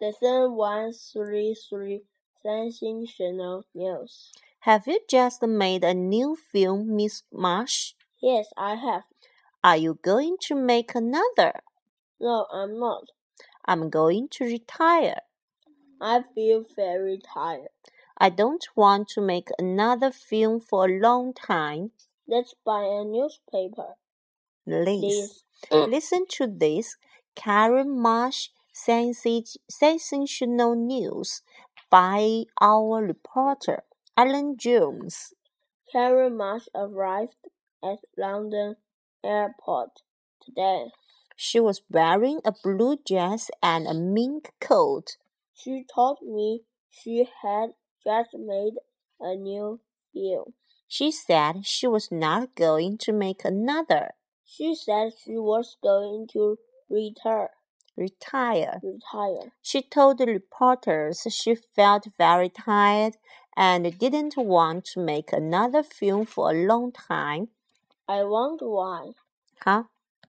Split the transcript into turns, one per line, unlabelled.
The Sun One Three Three 三星 Channel News.
Have you just made a new film, Miss Marsh?
Yes, I have.
Are you going to make another?
No, I'm not.
I'm going to retire.
I feel very tired.
I don't want to make another film for a long time.
Let's buy a newspaper.
Please.
Please.
Listen to this Karen Marsh sensi- sensational news by our reporter, Alan Jones.
Carrie Marsh arrived at London Airport today.
She was wearing a blue dress and a mink coat.
She told me she had just made a new film.
She said she was not going to make another.
She said she was going to retire.
Retire.
Retire.
She told the reporters she felt very tired and didn't want to make another film for a long time.
I wonder why.
Huh?